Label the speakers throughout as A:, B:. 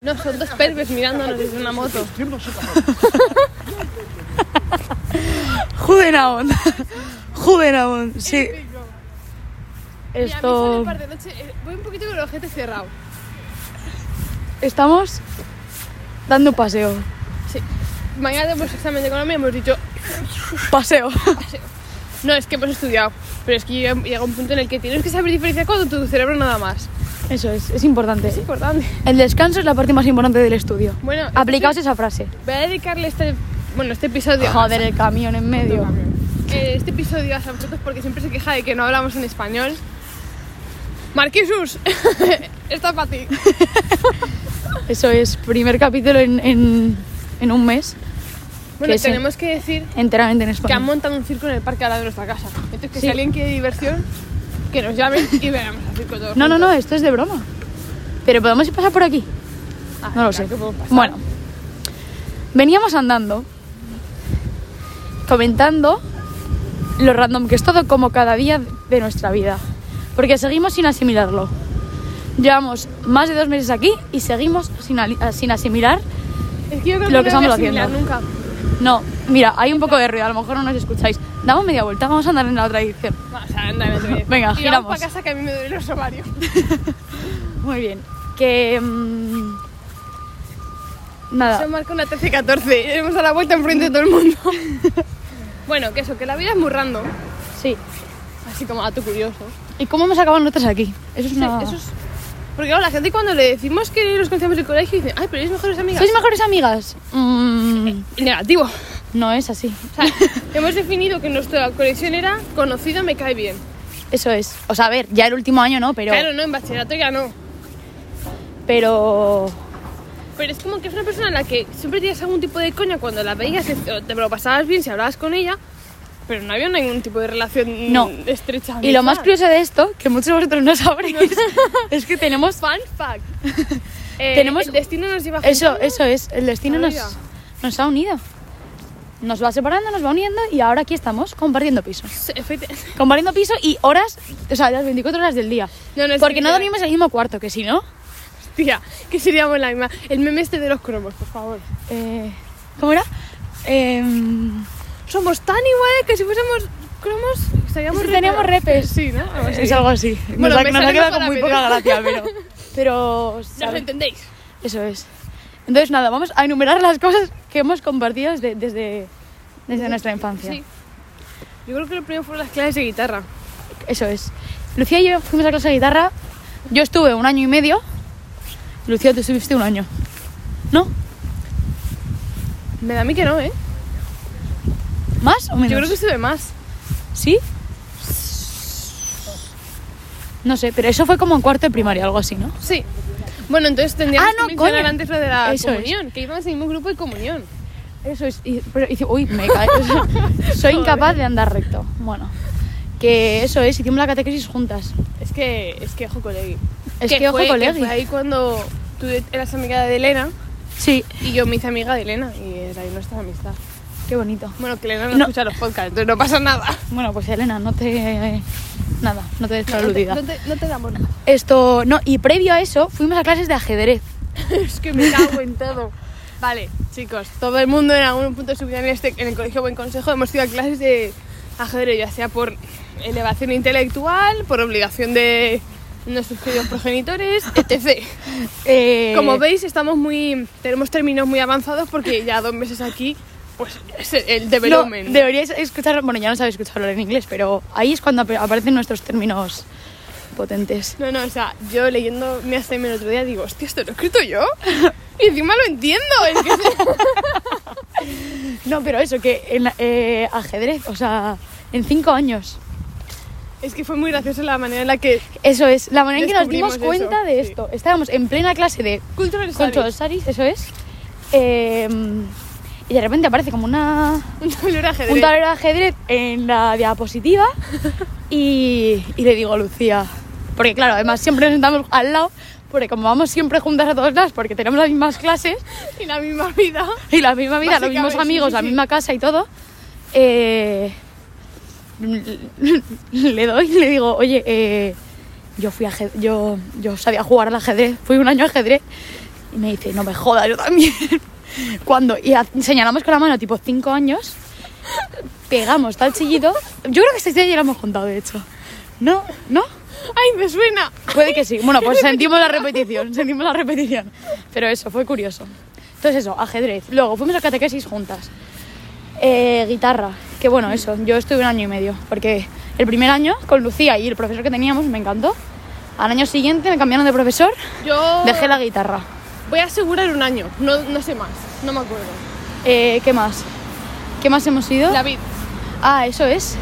A: No, son dos pervers mirándonos desde una moto.
B: Juvenabón. Juvenabón, sí.
A: Mira, a mí sale
B: Esto.
A: par de noche, eh, voy un poquito con el ojete cerrado.
B: Estamos dando un paseo.
A: Sí. Mañana tenemos examen de economía y hemos dicho,
B: Paseo.
A: no, es que hemos estudiado. Pero es que llega, llega un punto en el que tienes que saber diferenciar con tu cerebro nada más.
B: Eso es, es importante.
A: Es importante.
B: El descanso es la parte más importante del estudio.
A: Bueno,
B: Aplicaos esa frase.
A: voy a dedicarle este, bueno, este episodio.
B: Joder, el camión en medio.
A: Eh, este episodio a San Frutos porque siempre se queja de que no hablamos en español. Marquisus, está para ti.
B: Eso es, primer capítulo en, en- en un mes,
A: Bueno,
B: Que se-
A: tenemos que decir
B: enteramente en
A: que han
B: español.
A: montado un circo en el parque al lado de nuestra casa. Entonces, que
B: Sí.
A: si alguien quiere diversión, que nos llamen y veamos al circo todos.
B: No, no, no,
A: juntos.
B: esto es de broma. Pero podemos pasar por aquí.
A: Ah,
B: No lo
A: claro
B: sé.
A: que puedo pasar.
B: Bueno, veníamos andando, comentando lo random que es todo como cada día de nuestra vida. Porque seguimos sin asimilarlo. Llevamos más de dos meses aquí y seguimos sin, ali- ah, sin asimilar.
A: es que yo creo
B: lo
A: que,
B: que
A: no lo
B: estamos
A: voy a asimilar
B: haciendo.
A: nunca.
B: No, mira, hay un poco de ruido, a lo mejor no nos escucháis. Damos media vuelta, vamos a andar en la otra dirección.
A: Va, o sea, anda, no te voy a decir.
B: Venga,
A: y
B: giramos.
A: para casa que a mí me duelen los ovarios.
B: Muy bien. Que. mm, nada.
A: Se marca una 13-14. Hemos dado la vuelta enfrente de todo el mundo. bueno, que eso, que la vida es muy random.
B: Sí.
A: Así como a tu curioso.
B: ¿Y cómo hemos acabado nosotros aquí? Eso es
A: Sí,
B: una...
A: eso es- Porque claro, la gente cuando le decimos que nos conocemos del colegio, dice, ay, pero eres mejores amigas.
B: ¿Sois mejores amigas?
A: Eh,
B: Mm,
A: Negativo.
B: no es así.
A: O sea, hemos definido que nuestra conexión era conocido me cae bien.
B: Eso es. O sea, a ver, ya el último año no, pero.
A: Claro, no, en bachillerato ya no.
B: Pero.
A: Pero es como que es una persona en la que siempre tenías algún tipo de coña cuando la veías, es- o te lo pasabas bien si hablabas con ella, pero no había ningún tipo de relación
B: No.
A: estrecha.
B: Y lo más
A: amistad.
B: curioso de esto, que muchos de vosotros no sabréis, es que tenemos.
A: Fun fact. Eh,
B: Tenemos-
A: El destino nos lleva a
B: Eso,
A: Argentina.
B: eso es. El destino nos,
A: Amiga.
B: nos ha unido. Nos va separando, nos va uniendo y ahora aquí estamos compartiendo piso.
A: Sí, efecti-
B: Compartiendo piso y horas, o sea, las 24 horas del día.
A: No, no, es
B: Porque no
A: literal.
B: dormimos en el mismo cuarto, que si no.
A: Tía, que seríamos la misma. El meme este de los cromos, por favor.
B: eh, ¿Cómo era? Em,
A: Somos tan iguales que si fuésemos cromos estaríamos
B: Si teníamos repes.
A: Pues Sí, ¿no? Algo así.
B: es algo así. Nos
A: Bueno,
B: ha-
A: me
B: nos ha
A: sale
B: quedado
A: mejor
B: con
A: a
B: muy
A: mí,
B: poca
A: ¿no?
B: gracia, pero. Pero.
A: Ya os
B: ¿sabes?
A: entendéis.
B: Eso es. Entonces, nada, vamos a enumerar las cosas que hemos compartido desde, desde, desde nuestra infancia.
A: Sí. Yo creo que lo primero fueron las clases de guitarra.
B: Eso es. Lucía y yo fuimos a clase de guitarra. Yo estuve un año y medio. Lucía, tú estuviste un año. ¿No?
A: Me da a mí que no, ¿eh?
B: ¿Más o menos?
A: Yo creo que estuve más.
B: ¿Sí? No sé, pero eso fue como en cuarto de primaria, algo así, ¿no?
A: Sí. Bueno, entonces tendríamos
B: Ah, no,
A: que mencionar
B: coño.
A: antes lo de la
B: Eso es.
A: comunión, que íbamos en el mismo grupo de comunión.
B: Eso es. y- pero hice- uy, me cae. Soy incapaz de andar recto. Bueno, que eso es, hicimos la catequesis juntas.
A: Es que, es que ojo colegui.
B: Es que, ojo,
A: fue-
B: colegui.
A: fue ahí cuando tú eras amiga de Elena
B: Sí,
A: y yo me hice amiga de Elena y era ahí nuestra amistad.
B: qué bonito.
A: Bueno, que Elena no,
B: No.
A: escucha los podcasts, entonces no pasa nada.
B: Bueno, pues Elena, no te. Nada, no te des por
A: No te,
B: aludida.
A: no, te, no te damos nada.
B: Esto, no, y previo a eso fuimos a clases de ajedrez.
A: Es que me cago en todo. Vale, chicos, todo el mundo en algún punto de su vida en, este, en el colegio Buen Consejo hemos ido a clases de ajedrez, ya sea por elevación intelectual, por obligación de nuestros queridos progenitores, etc.
B: Eh,
A: Como veis, estamos muy, tenemos términos muy avanzados porque ya dos meses aquí, pues es el
B: no,
A: development.
B: deberíais escuchar, bueno, ya no sabéis escucharlo en inglés, pero ahí es cuando ap- aparecen nuestros términos potentes.
A: No, no, o sea, yo leyendo mi ACM el otro día digo, hostia, ¿esto lo he escrito yo? Y encima lo entiendo, es que es-
B: No, pero eso, que en la- eh, ajedrez, o sea, en cinco años.
A: es que fue muy gracioso la manera en la que
B: Eso es, la manera en que nos dimos
A: Descubrimos eso,
B: cuenta de
A: sí.
B: esto. Estábamos en plena clase de
A: Cultural
B: Control Saris, eso es. eh, y de repente aparece como una
A: Un tablero de ajedrez.
B: un tablero de ajedrez en la diapositiva y, y le digo a Lucía, porque claro, además siempre nos sentamos al lado, porque como vamos siempre juntas a todos lados, porque tenemos las mismas clases
A: Y la misma vida.
B: y la misma vida, los mismos
A: Básicamente,
B: amigos,
A: sí,
B: la
A: sí.
B: misma casa y todo, eh, le doy y le digo, oye, eh, yo, fui aje- yo, yo sabía jugar al ajedrez, fui un año a ajedrez. Y me dice, no me jodas, yo también. Cuando, y a- señalamos con la mano, tipo cinco años, pegamos tal chillido. Yo creo que esta historia ya la hemos contado, de hecho. ¿No? ¿No?
A: ¡Ay, me suena!
B: Puede que sí. Bueno, pues sentimos la repetición, sentimos la repetición. Pero eso, fue curioso. Entonces eso, ajedrez. Luego fuimos a catequesis juntas. Eh, guitarra, que bueno, eso, yo estuve un año y medio, porque el primer año con Lucía y el profesor que teníamos me encantó. Al año siguiente me cambiaron de profesor,
A: Yo
B: dejé la guitarra.
A: voy a asegurar un año, no, no sé más, no me acuerdo.
B: Eh, ¿Qué más? ¿Qué más hemos ido?
A: David,
B: Ah, eso es.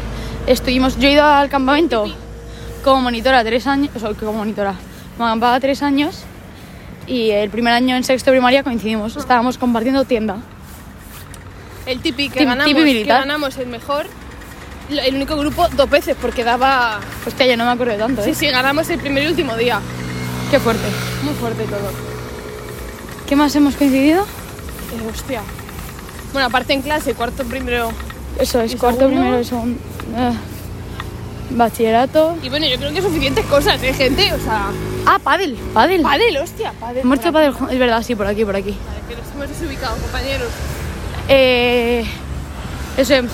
B: Estuvimos, yo he ido al campamento como monitora tres años, o sea, como monitora, como acampada tres años y el primer año en sexto primaria coincidimos, estábamos compartiendo tienda.
A: el tipi que
B: Tipi-
A: ganamos,
B: tipi
A: que
B: militar.
A: ganamos el mejor, lo- el único grupo dos veces porque daba...
B: Hostia, yo no me acuerdo de tanto,
A: Sí,
B: ¿eh?
A: sí, ganamos el primer y último día.
B: Qué fuerte.
A: Muy fuerte todo.
B: ¿Qué más hemos coincidido?
A: Eh, hostia. Bueno, aparte en clase, cuarto, primero...
B: Eso es,
A: ¿Y
B: cuarto,
A: segundo?
B: primero, y segundo. eh, bachillerato.
A: Y bueno, yo creo que suficientes cosas, ¿eh, gente? O sea,
B: Ah, pádel, pádel.
A: padel, hostia, padel.
B: Hemos hecho
A: por
B: pádel, jun- es verdad, sí, por aquí, por aquí.
A: aquí. Vale, que nos hemos desubicado, compañeros.
B: Eh, eso es.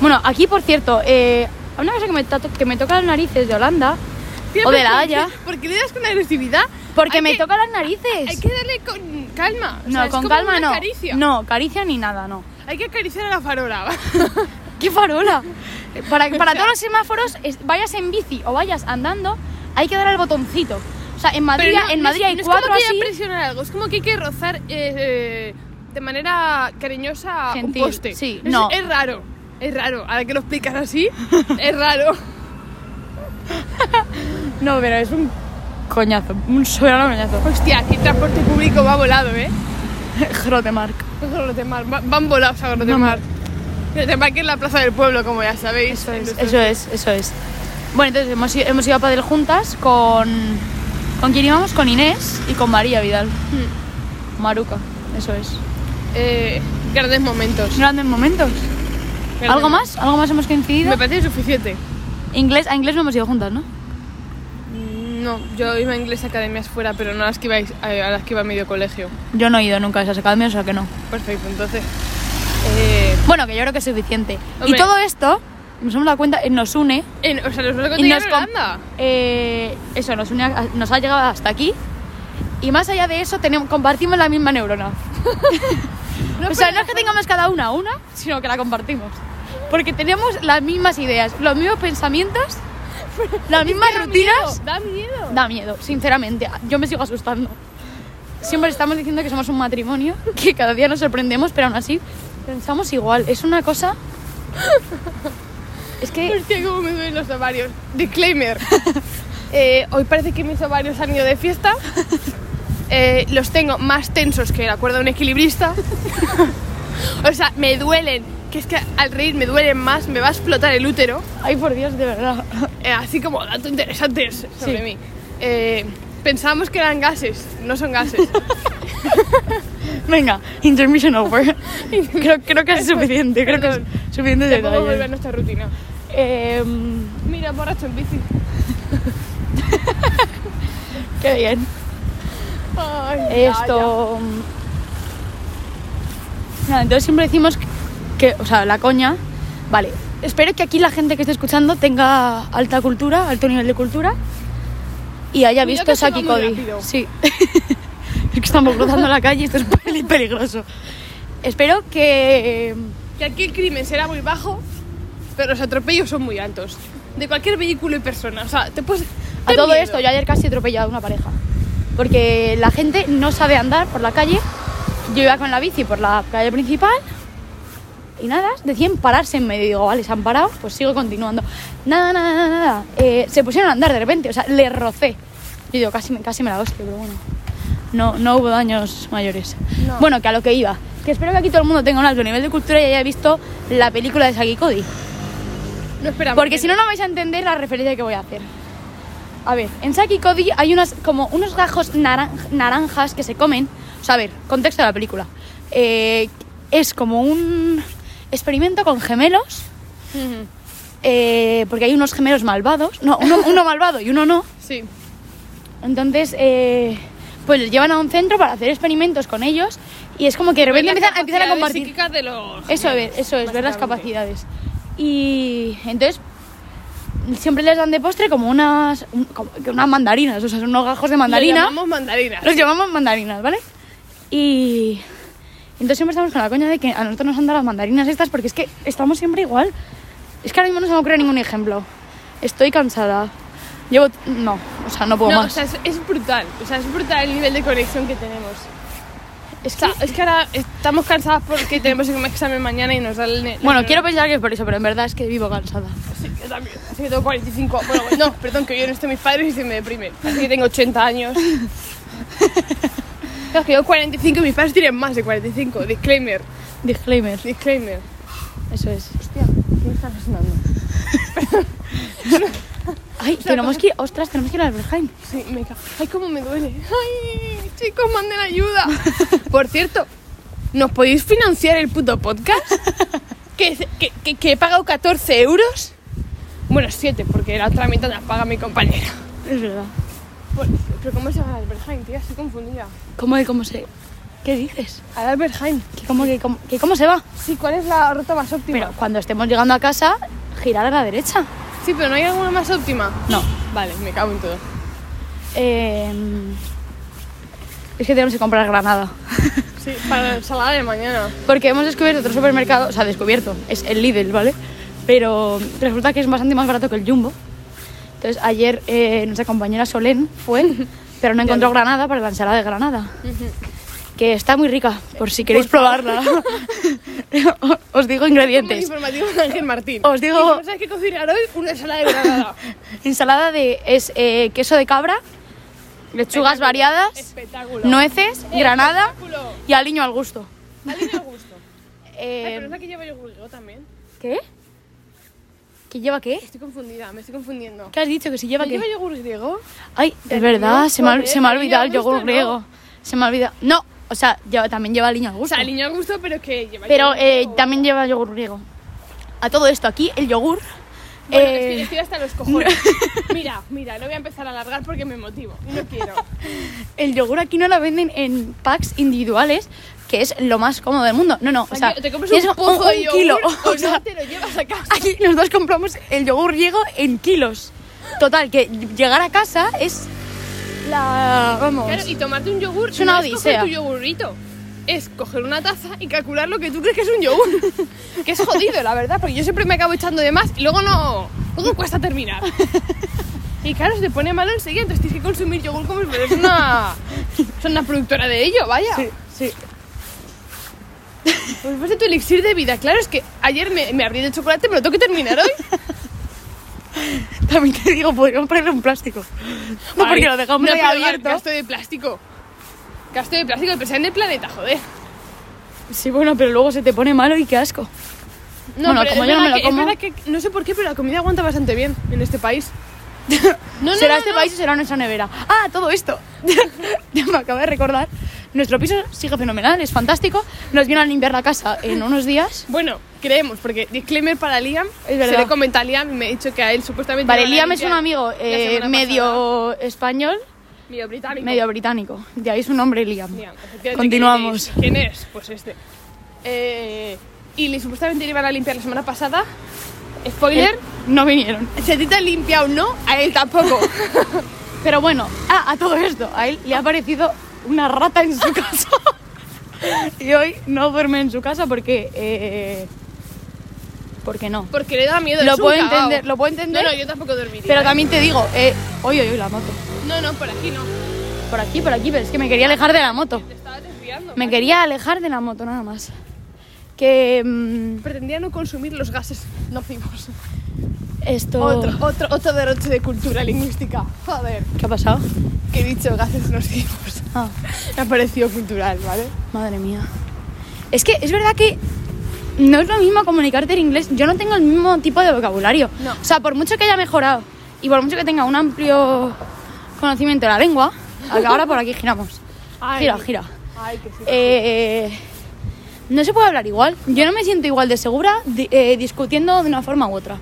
B: Bueno, aquí por cierto, eh, una cosa que me, tato- que me toca las narices de Holanda, o de La Haya,
A: Porque le das con agresividad.
B: porque
A: Hay
B: me
A: que-
B: toca las narices.
A: Hay que darle con calma. o
B: no,
A: sea, es
B: con
A: como
B: calma
A: una
B: no.
A: Caricia.
B: No, caricia ni nada, no.
A: Hay que acariciar a la farola.
B: ¡Qué farola! Para, para todos los semáforos, es- vayas en bici o vayas andando, hay que dar al botoncito. O sea, en Madrid,
A: Pero no-
B: en
A: no es-
B: Madrid hay
A: no es
B: cuatro
A: como que haya
B: así.
A: presionar algo, es como que hay que rozar eh, eh, de manera cariñosa
B: Gentil,
A: un poste.
B: sí,
A: es,
B: no.
A: es raro, es raro. Ahora que lo explicas así, es raro.
B: No, pero es un coñazo, un soberano coñazo.
A: Hostia, aquí el transporte público va volado, ¿eh?
B: Grotemark.
A: No Grotemar, va- van volados a Grotemar. Grotemar que es la plaza del pueblo, como ya sabéis.
B: Eso es,
A: Entonces,
B: eso es, eso es. Bueno, entonces hemos, i- hemos ido a Padel juntas con... ¿Con quién íbamos? Con Inés y con María Vidal.
A: Hmm.
B: Maruca, eso es.
A: eh, grandes momentos.
B: Grandes momentos.
A: Grandes
B: ¿Algo
A: momentos.
B: más? ¿Algo más hemos coincidido?
A: Me parece suficiente.
B: Inglés, a inglés no hemos ido juntas, ¿no?
A: Mm, No, yo iba a inglés a academias fuera, pero no a las que iba a, a las que iba a medio colegio.
B: Yo no he ido nunca a esas academias, o sea que no.
A: Perfecto, entonces. eh,
B: Bueno, que yo creo que es suficiente. Y
A: Hombre.
B: todo esto, nos hemos dado cuenta, eh, nos une.
A: en- o sea, los dos
B: Y nos
A: en
B: com-
A: Holanda.
B: eh, eso, nos, une a- nos ha llegado hasta aquí. Y más allá de eso, tenemos, compartimos la misma neurona. o sea, no es que tengamos cada una una, sino que la compartimos. Porque tenemos las mismas ideas, los mismos pensamientos, las mismas rutinas.
A: Da miedo.
B: Da miedo, sinceramente. Yo me sigo asustando. Siempre estamos diciendo que somos un matrimonio, que cada día nos sorprendemos, pero aún así pensamos igual. Es una cosa... Es que...
A: Eh, Hostia, cómo me duelen los ovarios. Disclaimer. Eh, hoy parece que mis ovarios han ido de fiesta. Eh, los tengo más tensos que la cuerda de un equilibrista. o sea, me duelen. Que es que al reír me duelen más, me va a explotar el útero.
B: Ay, por Dios, de verdad.
A: Eh, así como datos interesantes sobre
B: Sí.
A: mí. Eh, pensábamos que eran gases, no son gases.
B: Venga, intermission over. creo, creo que es suficiente, creo que es
A: Perdón.
B: suficiente
A: Ya puedo volver a
B: detalle.
A: nuestra rutina.
B: Em,
A: Mira, borracho en bici.
B: qué bien.
A: Ay, vaya.
B: Esto... Nada, entonces siempre decimos que- que, o sea, la coña, vale. Espero que aquí la gente que esté escuchando tenga alta cultura, alto nivel de cultura y haya
A: Cuidado
B: visto
A: que se va
B: Saki
A: muy
B: Cody.
A: rápido.
B: Sí. es que estamos cruzando la calle, esto es peli- peligroso. Espero que
A: Que aquí el crimen será muy bajo, pero los atropellos son muy altos. De cualquier vehículo y persona. O sea, te puedes.
B: a
A: ten
B: todo
A: miedo.
B: esto, yo ayer casi he atropellado a una pareja. Porque la gente no sabe andar por la calle. Yo iba con la bici por la calle principal y nada, decían pararse en medio. Y Digo, vale, se han parado, pues sigo continuando. Nada, nada, nada, nada. Eh, se pusieron a andar de repente, o sea, les rocé. Yo digo, casi, me- casi me la hostia, pero bueno. No, no hubo daños mayores.
A: No.
B: Bueno, que a lo que iba. Que espero que aquí todo el mundo tenga un alto nivel de cultura y haya visto la película de Saki Cody.
A: No esperamos.
B: Porque si no, no vais a entender la referencia que voy a hacer. A ver, en Saki Cody hay unas, como unos gajos naran- naranjas que se comen. O sea, a ver, contexto de la película. Eh, es como un experimento con gemelos.
A: Ujú.
B: eh, porque hay unos gemelos malvados. No, uno, uno malvado y uno no.
A: Sí.
B: Entonces, eh, pues les llevan a un centro para hacer experimentos con ellos y es como que de repente
A: Ver las
B: empiezan, empiezan a
A: capacidades
B: compartir.
A: psíquicas de los
B: Eso es,
A: gemelos,
B: eso es, ver las
A: básicamente.
B: capacidades. Y entonces siempre les dan de postre como unas, un- como que unas mandarinas, o sea, son unos gajos de
A: Lo
B: mandarina.
A: llamamos mandarinas.
B: Los llamamos mandarinas, ¿vale? Y entonces siempre estamos con la coña de que a nosotros nos han dado las mandarinas estas porque es que estamos siempre igual. Es que ahora mismo no se me ocurre ningún ejemplo. Estoy cansada. Llevo... No, o sea, no puedo
A: No,
B: más.
A: o sea, es, es brutal. O sea, es brutal el nivel de conexión que tenemos.
B: es
A: O
B: que-
A: sea, es que ahora estamos cansadas porque tenemos un examen mañana y nos da el... ne-
B: Bueno,
A: la-
B: quiero pensar que es por eso, pero en verdad es que vivo cansada.
A: Sí, yo también. Así que tengo 45... Bueno, no, perdón, que hoy no están mis padres y se me deprime. Así que tengo 80 años. Claro, es que yo 45 y mis padres tienen más de 45. Disclaimer.
B: Disclaimer.
A: Disclaimer.
B: Eso es.
A: Hostia, ¿qué me está sonando?
B: Ay, tenemos que ir... Ostras, tenemos que ir al Berheim.
A: Sí, me cago. Ay, cómo me duele. Ay, chicos, manden ayuda. Por cierto, ¿nos podéis financiar el puto podcast? Que, que- que- que he pagado 14 euros. Bueno, 7, porque la otra mitad la paga mi compañera.
B: Es verdad.
A: Bueno, Pero ¿cómo se llama Albertheim, tía? Estoy confundida.
B: ¿Cómo que cómo se...? ¿Qué dices?
A: Al Albertheim.
B: ¿Que cómo, que, cómo, que cómo se va?
A: Sí, ¿cuál es la ruta más óptima?
B: Pero cuando estemos llegando a casa, girar a la derecha.
A: Sí, pero ¿no hay alguna más óptima?
B: No.
A: Vale, me cago en todo.
B: Eh, es que tenemos que comprar granada.
A: Sí, para la ensalada de mañana.
B: Porque hemos descubierto otro supermercado, o sea, descubierto, es el Lidl, ¿vale? Pero resulta que es bastante más barato que el Jumbo. Entonces, ayer eh, nuestra compañera Solén fue, pero no encontró granada para la ensalada de granada. Que está muy rica, por si
A: Pues
B: queréis probarla. Os digo
A: Muy
B: ingredientes.
A: informativo de Ángel Martín.
B: pues. Os digo-
A: Y si no sabes qué cocinar hoy, una ensalada de granada.
B: Ensalada de es, eh, queso de cabra, lechugas variadas,
A: Espectáculo.
B: nueces, granada
A: Espectáculo.
B: y aliño al gusto.
A: Alguien me gusto. Ay,
B: Eh,
A: pero es la que lleva yogur griego también.
B: ¿Qué? ¿Que lleva qué?
A: Estoy confundida, me estoy confundiendo.
B: ¿Qué has dicho? ¿Que si lleva
A: ¿No
B: qué?
A: lleva yogur griego?
B: Ay,
A: Del
B: es verdad,
A: yogur,
B: se me, ha-
A: joder,
B: se me ha
A: ahí
B: olvidado
A: al
B: el yogur
A: gusto, ¿no?
B: griego. Se me ha olvidado. No, o sea, lleva- también lleva aliño al
A: O
B: gusto.
A: sea, el niño gusto, pero es que lleva
B: pero
A: yogur
B: eh,
A: griego.
B: también lleva yogur griego. A todo esto, aquí el yogur.
A: Bueno,
B: eh,
A: es que yo estoy hasta los cojones. mira, mira, no voy a empezar a alargar porque me motivo. y No quiero.
B: El yogur aquí no la venden en packs individuales, que es lo más cómodo del mundo. No, no, o sea,
A: Aquí te compras
B: tienes
A: un pozo de yogur
B: kilo.
A: o,
B: o sea,
A: no te lo llevas a casa.
B: aquí los dos compramos el yogur griego en kilos. Total, que llegar a casa es la... vamos...
A: Claro, y tomarte un yogur
B: Es una
A: no es coger
B: odisea.
A: tu yogurrito. Es coger una taza y calcular lo que tú crees que es un yogur. que es jodido, la verdad, porque yo siempre me acabo echando de más y luego no. Luego cuesta terminar. Y claro, se te pone malo enseguida, entonces tienes que consumir yogur como si fueras una. Son una productora de ello, vaya.
B: Sí, sí.
A: Pues fuese tu elixir de vida. Claro, es que ayer me, me abrí de chocolate, me lo tengo que terminar hoy.
B: También te digo, podríamos ponerle un plástico. No,
A: Ay,
B: porque lo dejamos
A: no,
B: ahí
A: pero
B: abierto.
A: Gasto de plástico. Gasto de plástico, pensar en el planeta, joder.
B: Sí, bueno, pero luego se te pone malo y qué asco. Bueno,
A: pero
B: como
A: es
B: yo no
A: verdad
B: me lo
A: que- es
B: como.
A: verdad que no sé por qué, pero la comida aguanta bastante bien en este país. No, no,
B: ¿Será
A: no,
B: este
A: no.
B: país o será nuestra nevera? Ah, todo esto. Ya me acabo de recordar. Nuestro piso sigue fenomenal, es fantástico. Nos vienen a limpiar la casa en unos días.
A: Bueno, creemos, porque disclaimer para Liam.
B: Es verdad.
A: Se le comenta a Liam y me he dicho que a él supuestamente.
B: Vale,
A: le van a
B: Liam es un
A: limpiar
B: amigo
A: la
B: eh,
A: semana pasada.
B: medio español,
A: Medio británico.
B: medio británico. De ahí su nombre, Liam.
A: Liam, efectivamente,
B: Continuamos.
A: que diréis, ¿Quién es? Pues este. Eh, y le- supuestamente le iban a limpiar la semana pasada. Spoiler.
B: Eh, No vinieron.
A: Si a ti te han limpiado, no, a él tampoco.
B: Pero bueno, ah, a todo esto, a él le ha aparecido una rata en su casa. y hoy no duerme en su casa porque. eh, porque no.
A: Porque le da miedo.
B: Lo
A: es un
B: puedo
A: cagao.
B: entender, lo puedo entender.
A: No, no, yo tampoco dormiría.
B: Pero
A: ¿eh?
B: también te digo, eh, hoy, hoy, la moto.
A: No, no, por aquí no.
B: Por aquí, por aquí, pero es que me quería alejar de la moto.
A: Te estaba desviando.
B: Me
A: ¿vale?
B: quería alejar de la moto, nada más. Que. mm,
A: pretendía no consumir los gases nocivos.
B: esto.
A: Otro, otro, otro derroche de cultura lingüística. Joder,
B: ¿Qué ha pasado?
A: que he dicho gases nocivos.
B: Ah,
A: Me ha parecido cultural, ¿vale?
B: madre mía. Es que es verdad que. No es lo mismo comunicarte en inglés. Yo no tengo el mismo tipo de vocabulario.
A: No.
B: O sea, por mucho que haya mejorado y por mucho que tenga un amplio conocimiento de la lengua, ahora por aquí giramos.
A: Ay.
B: Gira, gira.
A: Ay, que sí.
B: Eh, no se puede hablar igual. Yo no me siento igual de segura di- eh, discutiendo de una forma u otra.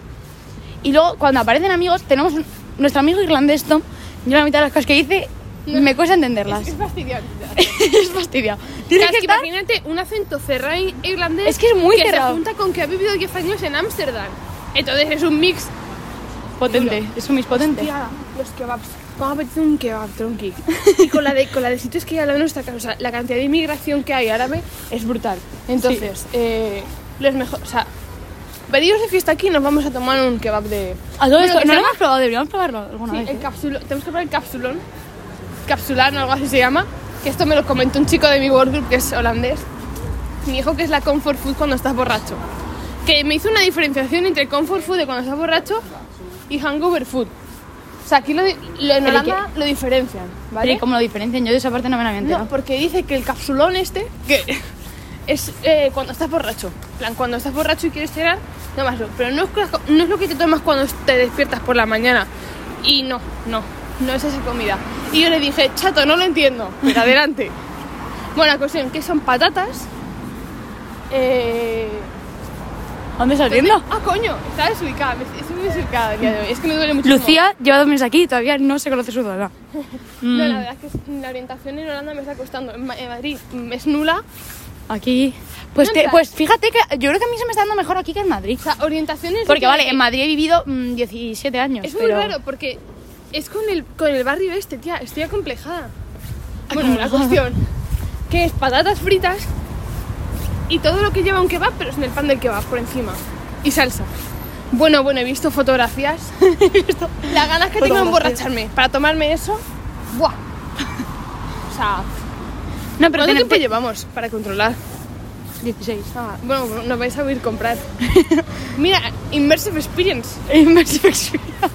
B: Y luego, cuando aparecen amigos, tenemos un- nuestro amigo irlandés Tom. Yo la mitad de las cosas que dice Me cuesta entenderlas.
A: Es fastidiante.
B: es fastidio.
A: Claro,
B: Tienes
A: es
B: que
A: que
B: estar-
A: imagínate un acento cerrado i- irlandés
B: Es que es muy
A: que se
B: cerrado.
A: junta con que ha vivido 10 años en Ámsterdam. Entonces es un mix.
B: potente. Es un mis potente.
A: Tía, los kebabs. Vamos a pedir un kebab, tronqui. Y con la de, con la de sitios que hay al lado de nuestra casa, o sea, la cantidad de inmigración que hay árabe es brutal. Entonces, eh, los mejores. O sea, pedidos de fiesta aquí nos vamos a tomar un kebab de.
B: A todo
A: Bueno,
B: esto,
A: que
B: no
A: se
B: lo
A: llama-
B: hemos probado, deberíamos probarlo alguna
A: Sí,
B: vez.
A: el
B: ¿eh?
A: capsulo- tenemos que probar el capsulón, capsulán o algo así se llama, que esto me lo comentó un chico de mi workgroup que es holandés, me dijo que es la comfort food cuando estás borracho, que me hizo una diferenciación entre comfort food de cuando estás borracho y hangover food. O sea, aquí lo, di- lo en
B: Pero
A: Holanda lo diferencian,
B: Pero ¿y
A: ¿vale?
B: cómo lo diferencian? Yo de esa parte no me la había
A: No,
B: enterado.
A: porque dice que el capsulón este, que es eh, cuando estás borracho. En plan, cuando estás borracho y quieres cenar, tomaslo. Pero no es, co- no es lo que te tomas cuando te despiertas por la mañana. Y no, no, no es esa comida. Y yo le dije, chato, no lo entiendo, pero adelante. bueno, la cuestión, que son patatas. Eh...
B: ¿Dónde estás viendo?
A: Ah, coño, está desubicada, me- estoy muy desubicada el día de hoy. Es que me duele mucho.
B: Lucía lleva dos meses aquí y todavía no se conoce su zona.
A: No,
B: mm.
A: la verdad es que la orientación en Holanda me está costando. En Ma- en Madrid mm, es nula.
B: Aquí. Pues,
A: No
B: te-
A: entras.
B: pues fíjate que yo creo que a mí se me está dando mejor aquí que en Madrid.
A: O sea, orientación en
B: Porque
A: sentido de
B: vale,
A: que-
B: en Madrid he vivido mm, 17 años.
A: Es muy
B: pero-
A: raro porque es con el, con el barrio este, tía. Estoy acomplejada. Bueno, la
B: Acomplejada.
A: cuestión que es patatas fritas y todo lo que lleva un kebab, pero es en el pan del kebab por encima. Y salsa. Bueno, bueno, he visto fotografías. He visto Las ganas que tengo de
B: Fotografías.
A: emborracharme para tomarme eso. ¡Buah! O sea,
B: No,
A: ¿cuánto
B: pero tiene-
A: tiempo llevamos para controlar?
B: 16.
A: Ah, bueno, nos vais a oír comprar. Mira, Immersive Experience.
B: Immersive experience.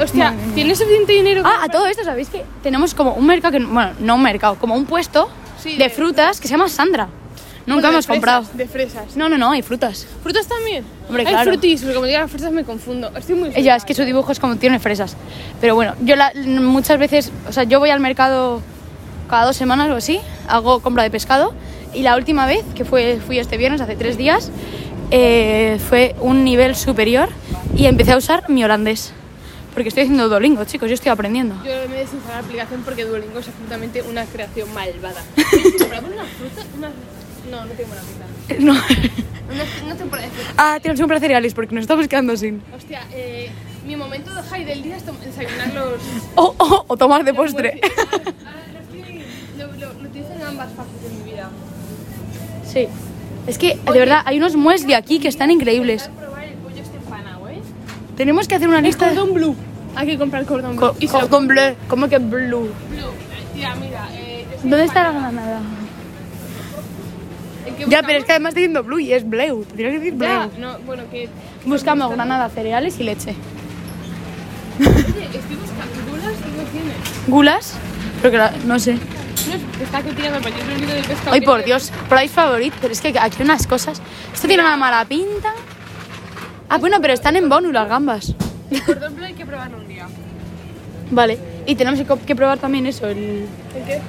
A: Hostia, ¿tienes suficiente dinero?
B: Ah, a todo esto, ¿sabéis que tenemos como un mercado, que, bueno, no un mercado, como un puesto
A: Sí,
B: de
A: de-
B: frutas que se llama Sandra.
A: Bueno, de
B: Nunca hemos
A: fresas,
B: comprado.
A: De fresas.
B: No, no, no, hay frutas.
A: ¿Frutas también?
B: Hombre,
A: Hay
B: claro.
A: frutis, porque como digan las fresas me confundo. Estoy muy ¿eh?
B: Ella, es que su dibujo es como tiene fresas. Pero bueno, yo la- muchas veces, o sea, yo voy al mercado cada dos semanas o así, hago compra de pescado. Y la última vez, que fue, fui este viernes, hace tres días, eh, fue un nivel superior y empecé a usar mi holandés. Porque estoy haciendo Duolingo, chicos, yo estoy aprendiendo.
A: Yo me he desinstalado la aplicación porque Duolingo es absolutamente una creación malvada. ¿Compramos una fruta? Una- No, no tengo una fruta.
B: No.
A: Una, una temporada de frutas.
B: ah, tenemos que comprar cereales porque nos estamos quedando sin.
A: Hostia, eh, mi momento de high del día es tom- desayunar los...
B: O, o, o Oh, tomar de
A: los
B: postre.
A: huevos. Ah, Ahora- ahora lo estoy- Lo, lo, lo utilizo en ambas fases de mi vida.
B: Sí. Es que, de
A: Oye.
B: verdad, hay unos muesli aquí que están increíbles.
A: Intentar probar el pollo este empanado, ¿eh?
B: Tenemos que hacer una
A: El
B: lista de...
A: cordón blue. Hay que comprar cordón blue.
B: Co-
A: Y se lo-
B: cordon bleu. ¿Cómo que blue?
A: blue. Tía, mira, eh, es
B: ¿Dónde está la
A: empanado.
B: granada?
A: El que
B: Ya,
A: buscamos-
B: pero es que además diciendo blue y es bleu. Tendrías que
A: Ya,
B: decir bleu.
A: no, bueno, que.
B: Buscamos granada, cereales y leche.
A: Oye, estoy buscando gulas y no tiene.
B: ¿Gulas? Pero que la- no sé.
A: No es- está que tirando para yo no olvido de pescado.
B: Ay,
A: que
B: por
A: te-
B: Dios. Price favorite. Pero es que aquí hay unas cosas... Esto tiene una mala pinta. Ah, bueno, pero están en Bonu las gambas.
A: El cordón bleu hay que probarlo un día.
B: Vale. Y tenemos que co- que probar también eso, el...
A: ¿El qué?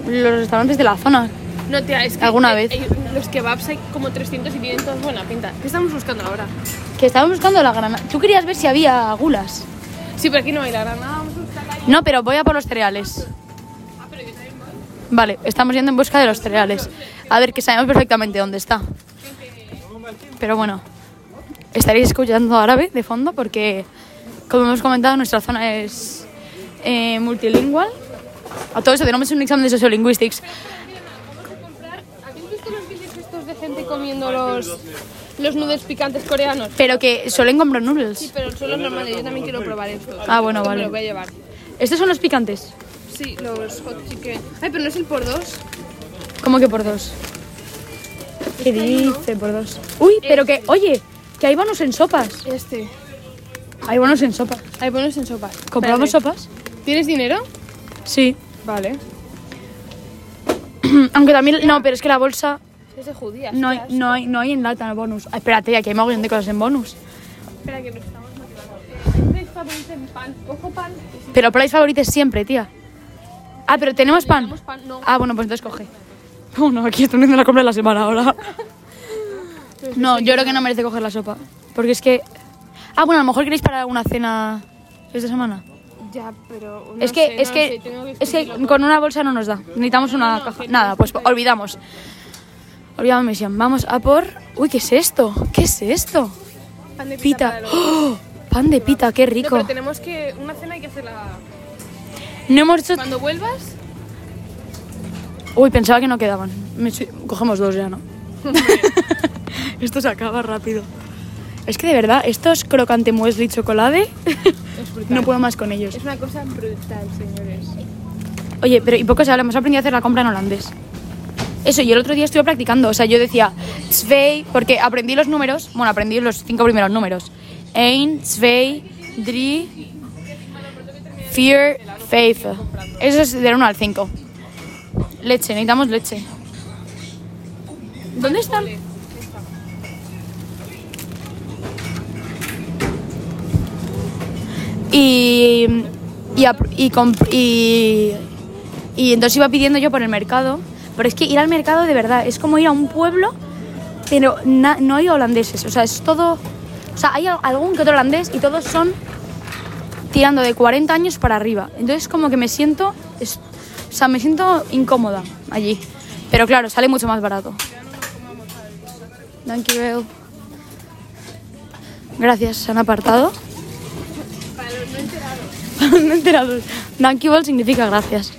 B: el- los restaurantes de la zona.
A: No, tía, es que.
B: Alguna
A: eh,
B: vez.
A: eh, los kebabs hay como 300 y tienen todos buena pinta. ¿Qué estamos buscando ahora?
B: Que estaban buscando la granada. Tú querías ver si había gulas.
A: Sí, pero aquí no hay la granada. Vamos a buscar ahí.
B: No, pero voy a por los cereales.
A: Ah, pero yo también voy.
B: Vale, estamos yendo en busca de los cereales. A ver, que sabemos perfectamente dónde está. Pero bueno, estaréis escuchando árabe de fondo porque, como hemos comentado, nuestra zona es eh, multilingual. A todo eso tenemos un examen de sociolinguistics.
A: Vamos a comprar. ¿Habéis visto los vídeos estos de gente comiendo los. los nudes picantes coreanos?
B: Pero que suelen comprar
A: Sí,
B: noodles.
A: pero son los normales. Yo también quiero probar estos.
B: Ah, bueno,
A: Me
B: vale.
A: los voy a llevar.
B: Estos son los picantes.
A: Sí, los hot chicken. Ay, pero no es el por dos.
B: ¿Cómo que por dos? ¿Qué dice por dos? Uy, pero que, oye, que hay bonos en sopas.
A: Este.
B: Hay bonos en sopas.
A: Ahí pones en sopas.
B: ¿Compramos
A: Espérate.
B: sopas?
A: ¿Tienes dinero?
B: Sí.
A: Vale.
B: Aunque también, no, pero es que la bolsa
A: Es de judías.
B: no hay,
A: tías.
B: no hay, no hay en lata en bonus. Ah, Espérate, aquí hay mogollón de cosas en bonus.
A: Espera, que nos estamos motivando. Eh, ¿Tres favoritos en pan? ¿Cojo pan? Que sí.
B: Pero Price favorito es siempre, tía. Ah, pero tenemos pan.
A: Tenemos pan, no.
B: Ah, bueno, pues entonces coge. No, no, aquí estoy haciendo la compra de la semana ahora. No, yo creo que no merece coger la sopa. Porque es que. Ah, bueno, a lo mejor queréis para una cena esta semana.
A: Ya, pero. no
B: es que,
A: sé,
B: es
A: no
B: que,
A: sé, tengo
B: es que
A: escribirlo
B: con una bolsa no nos da. Necesitamos una
A: no,
B: caja.
A: que
B: Nada,
A: no,
B: pues
A: que no.
B: olvidamos. Olvidamos misión. Vamos a por. Uy, ¿qué es esto? ¿Qué es esto?
A: pan de pita.
B: Pita.
A: para los-
B: ¡Oh! Pan de pita, qué
A: No,
B: rico.
A: pero tenemos que. Una cena hay que hacerla.
B: No hemos hecho.
A: Cuando vuelvas.
B: Uy, pensaba que no quedaban. Me su- Cogemos dos ya, ¿no? esto se acaba rápido. Es que de verdad, estos crocante muesli chocolate,
A: Es brutal.
B: no puedo más con ellos.
A: Es una cosa brutal, señores.
B: Oye, pero y poco se habla, hemos aprendido a hacer la compra en holandés. Eso, yo el otro día estuve practicando, o sea, yo decía zwei, porque aprendí los números, bueno, aprendí los cinco primeros números. Ein, zwei, drei, vier, vijf. Eso es del 1 al 5. Leche, necesitamos leche. ¿Dónde están? Y, y, ap- y, comp- y, y entonces iba pidiendo yo por el mercado. Pero es que ir al mercado de verdad es como ir a un pueblo, pero na- no hay holandeses. O sea, es todo. O sea, hay al- algún que otro holandés y todos son tirando de 40 años para arriba. Entonces, como que me siento. es- o sea, me siento incómoda allí. Pero claro, sale mucho más barato. Thank you, Bel. Gracias, se han apartado. no enterados. Dankjewel significa gracias.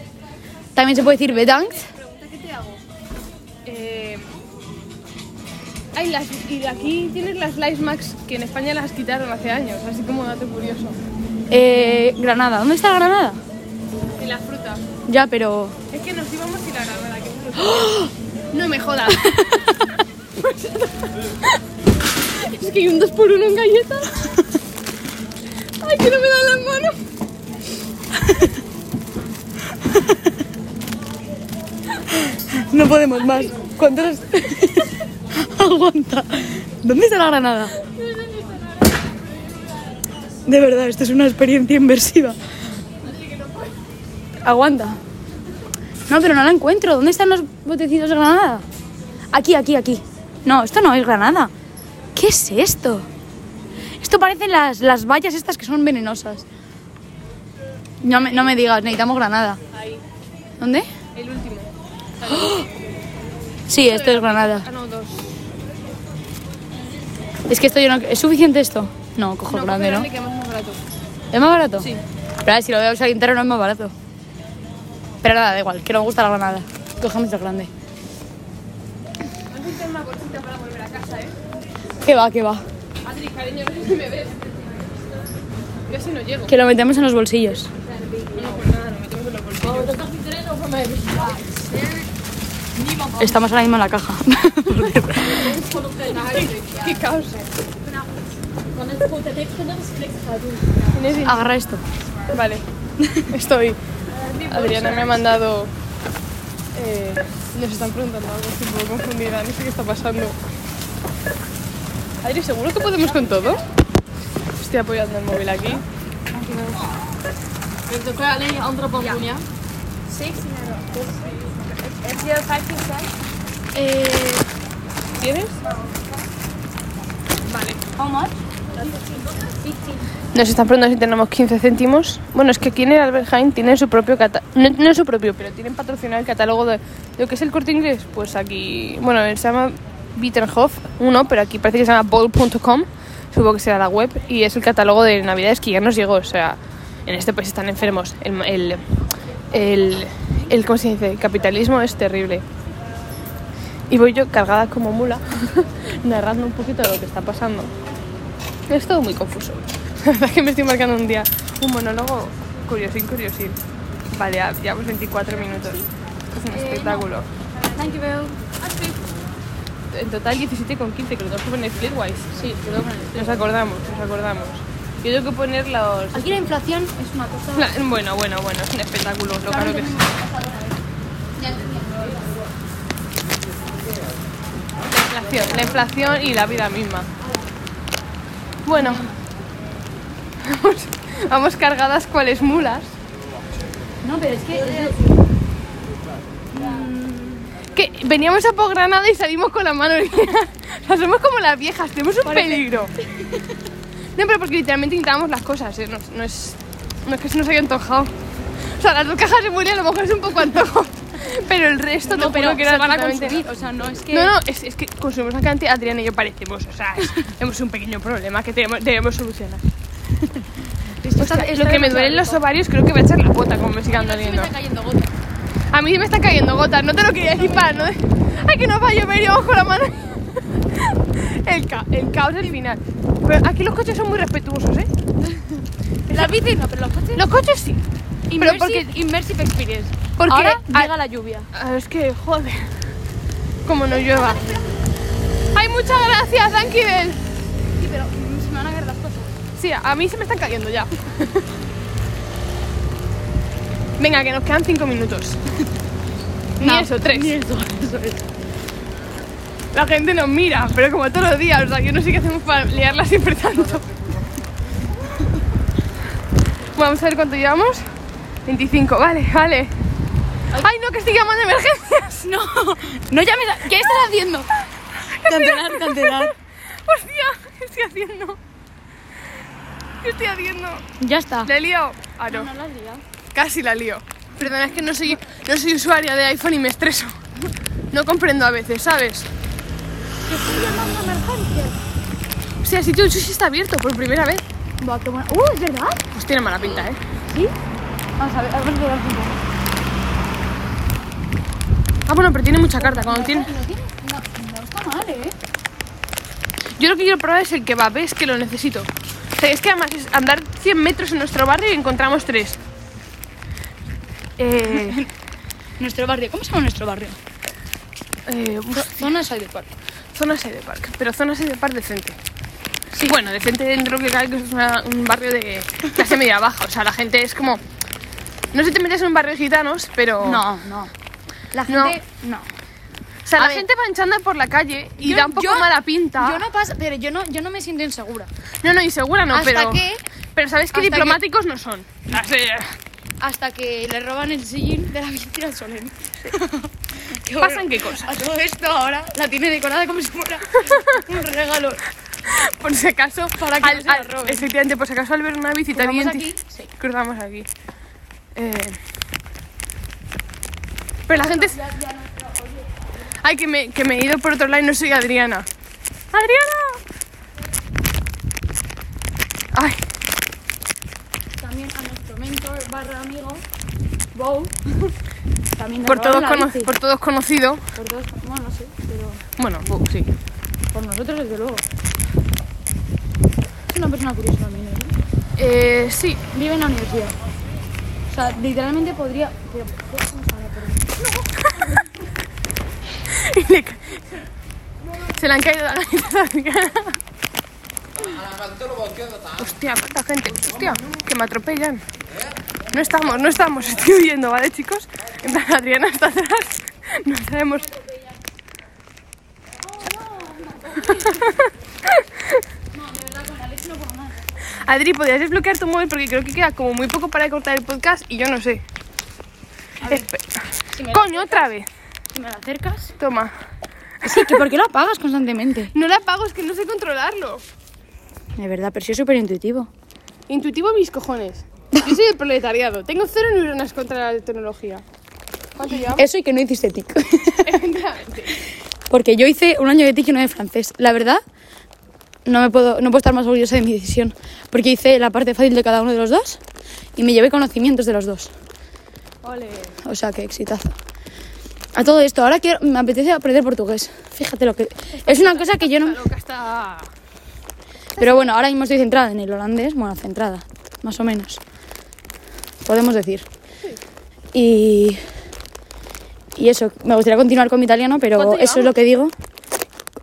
B: También se puede decir bedankt.
A: ¿Qué te hago? Eh, ay, las, y de aquí tienes las Lice Max que en España las quitaron hace años, así como dato curioso.
B: Eh, Granada. ¿Dónde está Granada?
A: Y la fruta.
B: Ya, pero...
A: Es que nos íbamos a ir a Granada. que es fruta. ¡Oh! No me jodas. es que hay un 2x1 en galletas. Ay, que no me dan las manos.
B: No podemos más. ¿Cuántos? Aguanta. ¿Dónde está la Granada? De verdad, esto es una experiencia inversiva. Aguanta. No, pero no la encuentro. ¿Dónde están los botecitos de Granada? Aquí, aquí, aquí. No, esto no es Granada. ¿Qué es esto? Esto parecen las, las vallas estas que son venenosas. No me, no me digas, necesitamos Granada.
A: Ahí,
B: ¿Dónde?
A: el último.
B: Sí, esto es Granada.
A: Ah, no, dos.
B: Es que esto yo no... ¿Es suficiente esto? No, cojo
A: No,
B: grande, ¿no?
A: cómprale, que más es más barato.
B: ¿Es más barato?
A: Sí.
B: Pero a ver, si lo voy a usar entero no es más barato. Pero nada, da igual, que no me gusta la granada. Cogemos el grande.
A: Vamos a intentar una cosita para volver a casa, ¿eh?
B: Que va, que va.
A: Adri, cariño, no sé si me ves. Yo si no llego.
B: Que lo metemos en los bolsillos.
A: No, por nada, no me tengo que los bolsillos.
B: Estamos ahora mismo en la caja.
A: ¿Qué causa?
B: Agarra esto.
A: Vale, estoy. Adriana me ha mandado. eh, nos están preguntando algo, estoy un poco confundida, no sé qué está pasando. Adri, ¿seguro que podemos con todo? Estoy apoyando el móvil aquí. Eh, ¿Tienes? Vale. Nos están preguntando si tenemos 15 céntimos. Bueno, es que aquí en el Albert Heijn tienen su propio cata- no, no su propio, pero tienen patrocinado el catálogo de lo que es el corte inglés. Pues aquí, bueno, se llama Bitterhof uno, pero aquí parece que se llama bold.com. Supongo que será la web. Y es el catálogo de navidades que ya nos llegó. O sea, en este país están enfermos. El, el, el, el- ¿cómo se dice? El capitalismo es terrible. Y voy yo cargada como mula, narrando un poquito lo que está pasando. Es todo muy confuso. La verdad es que me estoy marcando un día un monólogo curiosín, curiosín. Vale, ya llevamos 24 minutos. Es un espectáculo.
B: Thank you,
A: En total 17 con 15, que lo tengo que poner Splitwise. Sí, Nos acordamos, nos acordamos. Yo tengo que poner los...
B: Aquí la inflación es una cosa...
A: la- Bueno, bueno, bueno, es un espectáculo, lo caro que es. La inflación, la inflación y la vida misma. Bueno, vamos, vamos cargadas cuales mulas.
B: No, pero es que...
A: Que veníamos a por Granada y salimos con la mano. o sea, somos como las viejas, tenemos un peligro. No, pero porque literalmente intentábamos las cosas, ¿eh? no, no es. No es que se nos haya antojado. O sea, las dos cajas de muri a lo mejor es un poco antojo. Pero el resto te
C: No, pero
A: juro
C: que
A: que era
C: se van a
A: totalmente-
C: consumir. O sea, no es que.
A: No, no, es, es que consumimos una cantidad, Adrián y yo parecemos, o sea, es- tenemos un pequeño problema que tenemos- debemos solucionar. O sea,
C: está
A: lo que me
C: demasiado
A: duelen los
C: rico.
A: ovarios creo que va a echar la pota como me sigan
C: Se me
A: doliendo.
C: está cayendo gota.
A: A mí sí me están cayendo gotas, no te lo quería decir para no... Ay, que no va a llover y vamos con la mano. El, ca- el caos del final. Pero aquí los coches son muy respetuosos, ¿eh?
C: Las bicis no, pero los coches.
A: Los coches sí.
C: Immersive,
A: porque-
C: immersive Experience.
A: Porque
C: Ahora
A: a-
C: llega la lluvia.
A: Ah, Es que, joder. Como no llueva. ¡Ay, muchas gracias, Anquibel!
C: Sí, pero mm, se me van a caer las cosas.
A: Sí, a mí se me están cayendo ya. Venga, que nos quedan cinco minutos. Ni
B: No,
A: eso, tres.
B: Ni eso, eso es.
A: La gente nos mira, pero como todos los días, o sea, yo no sé qué hacemos para liarla siempre tanto. Vamos a ver cuánto llevamos. 25, vale, vale. ¡Ay, no, que estoy llamando de emergencias!
C: No, no llames a... ¿Qué estás haciendo?
B: Cancelar, cancelar.
A: ¡Hostia! ¿Qué estoy haciendo? ¿Qué estoy haciendo?
B: Ya está.
A: ¿La he liado? Ah, no.
C: No la has liado.
A: Casi la lío. Perdona, es que no soy, no soy usuaria de iPhone y me estreso. No comprendo a veces, ¿sabes? O sea, el sitio del sushi está abierto por primera vez.
B: Buah, qué bueno. ¡Uh, es verdad!
A: Pues tiene mala pinta, ¿eh?
B: ¿Sí? Vamos a ver, a ver qué da tiempo.
A: Ah, bueno, pero tiene mucha carta. Cuando tiene...
B: No, tiene- no, no está mal, ¿eh?
A: Yo lo que quiero probar es el kebab, ¿eh? es que lo necesito. O sea, es que además es andar 100 metros en nuestro barrio y encontramos tres. Eh,
B: Nuestro barrio. ¿Cómo se llama nuestro barrio?
A: eh, uf,
B: Zona Side Park.
A: Zona de Park, pero Zona de Park decente. Sí, bueno, decente dentro que cae que es una- un barrio de clase media baja. O sea, la gente es como. No sé si te metes en un barrio de gitanos, pero.
B: No, no. La
A: No.
B: gente. No.
A: O sea,
B: A
A: la
B: ver.
A: gente va en chándal por la calle y
B: Yo-
A: da un poco
B: yo-
A: mala pinta.
B: Yo no pasa, pero yo no, yo no me siento insegura.
A: no, no, insegura no,
B: hasta
A: pero.
B: que
A: Pero sabes que
B: hasta que-
A: diplomáticos no son. Así,
B: hasta que le roban el sillín de la bici al Solen. Qué bueno.
A: ¿Pasan qué cosas?
B: A todo esto ahora la tiene decorada como si fuera un regalo.
A: Por si acaso.
B: Para que no
A: al-
B: se la
A: al-
B: roben.
A: Efectivamente, por si acaso al ver una bici
B: Cruzamos
A: también.
B: aquí, sí.
A: Cruzamos aquí. Eh, Pero la gente. es- Ay, que me, que me he ido por otro lado y no soy Adriana. ¡Adriana! Ay,
B: También a nuestro mentor barra amigo, Bow. También le
A: por todos,
B: robaron la
A: cono-
B: bici.
A: por todos conocido.
B: Por todos, bueno, no sé, pero
A: Bueno, bu- sí.
B: por nosotros desde luego. Es una persona curiosa también, ¿eh?
A: Eh, sí.
B: Vive en la universidad. O sea, literalmente podría. pero-
A: Y le ca- Se le han caído la galleta a Adriana. Hostia, cuánta gente. Hostia, que me atropellan. No estamos, no estamos. Estoy huyendo, ¿vale, chicos? En plan, Adriana está atrás. No sabemos. Adri, ¿podrías desbloquear tu móvil? Porque creo que queda como muy poco para cortar el podcast y yo no sé. Espe-
B: Si me, la,
A: Coño, otra vez.
B: si me la acercas.
A: Toma.
B: Sí, que ¿por qué lo apagas constantemente?
A: No la apago, es que no sé controlarlo.
B: De verdad, pero sí es súper intuitivo.
A: Intuitivo mis cojones. Yo soy del proletariado. Tengo cero neuronas contra la tecnología. ¿Cuánto llevamos?
B: Eso y que no hiciste TIC.
A: Efectivamente.
B: Porque yo hice un año de TIC y no de francés. La verdad, no, me puedo, no puedo estar más orgullosa de mi decisión. Porque hice la parte fácil de cada uno de los dos y me llevé conocimientos de los dos.
A: Ole.
B: O sea, qué exitazo. A todo esto, ahora quiero, me apetece aprender portugués. Fíjate lo que... Es una cosa que yo no...
A: Loca está.
B: Pero bueno, ahora mismo estoy centrada en el holandés, bueno, centrada, más o menos. Podemos decir. Y. Y eso, me gustaría continuar con mi italiano, pero
A: ¿Cuánto
B: eso es
A: llevamos?
B: lo que digo.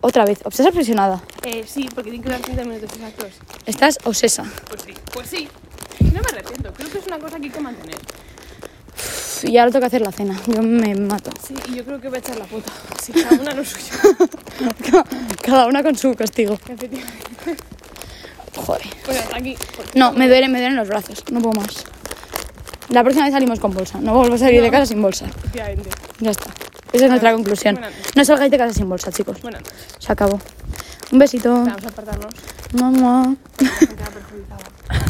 B: Otra vez, obsesa presionada.
A: Eh, sí, porque tiene que dar 30 minutos exactos.
B: Estás obsesa.
A: Pues sí. Pues sí. No me arrepiento. Creo que es una cosa que hay que mantener.
B: Pf, Y ahora toca hacer la cena. Yo me mato.
A: Sí, y yo creo que voy a echar la puta. Sí, cada una lo suyo.
B: Cada una con su castigo.
A: Efectivamente.
B: Joder.
A: Bueno, hasta aquí. Pues,
B: No, me duelen, me duelen los brazos. No puedo más. La próxima vez salimos con bolsa. No vuelvo a salir de casa sin bolsa.
A: efectivamente.
B: Ya está. Esa es nuestra conclusión.
A: buena noche.
B: No salgáis de casa sin bolsa, chicos.
A: Bueno, noches.
B: Se acabó. Un besito.
A: vamos a apartarnos.
B: Mamá.
A: Me queda perjudicada.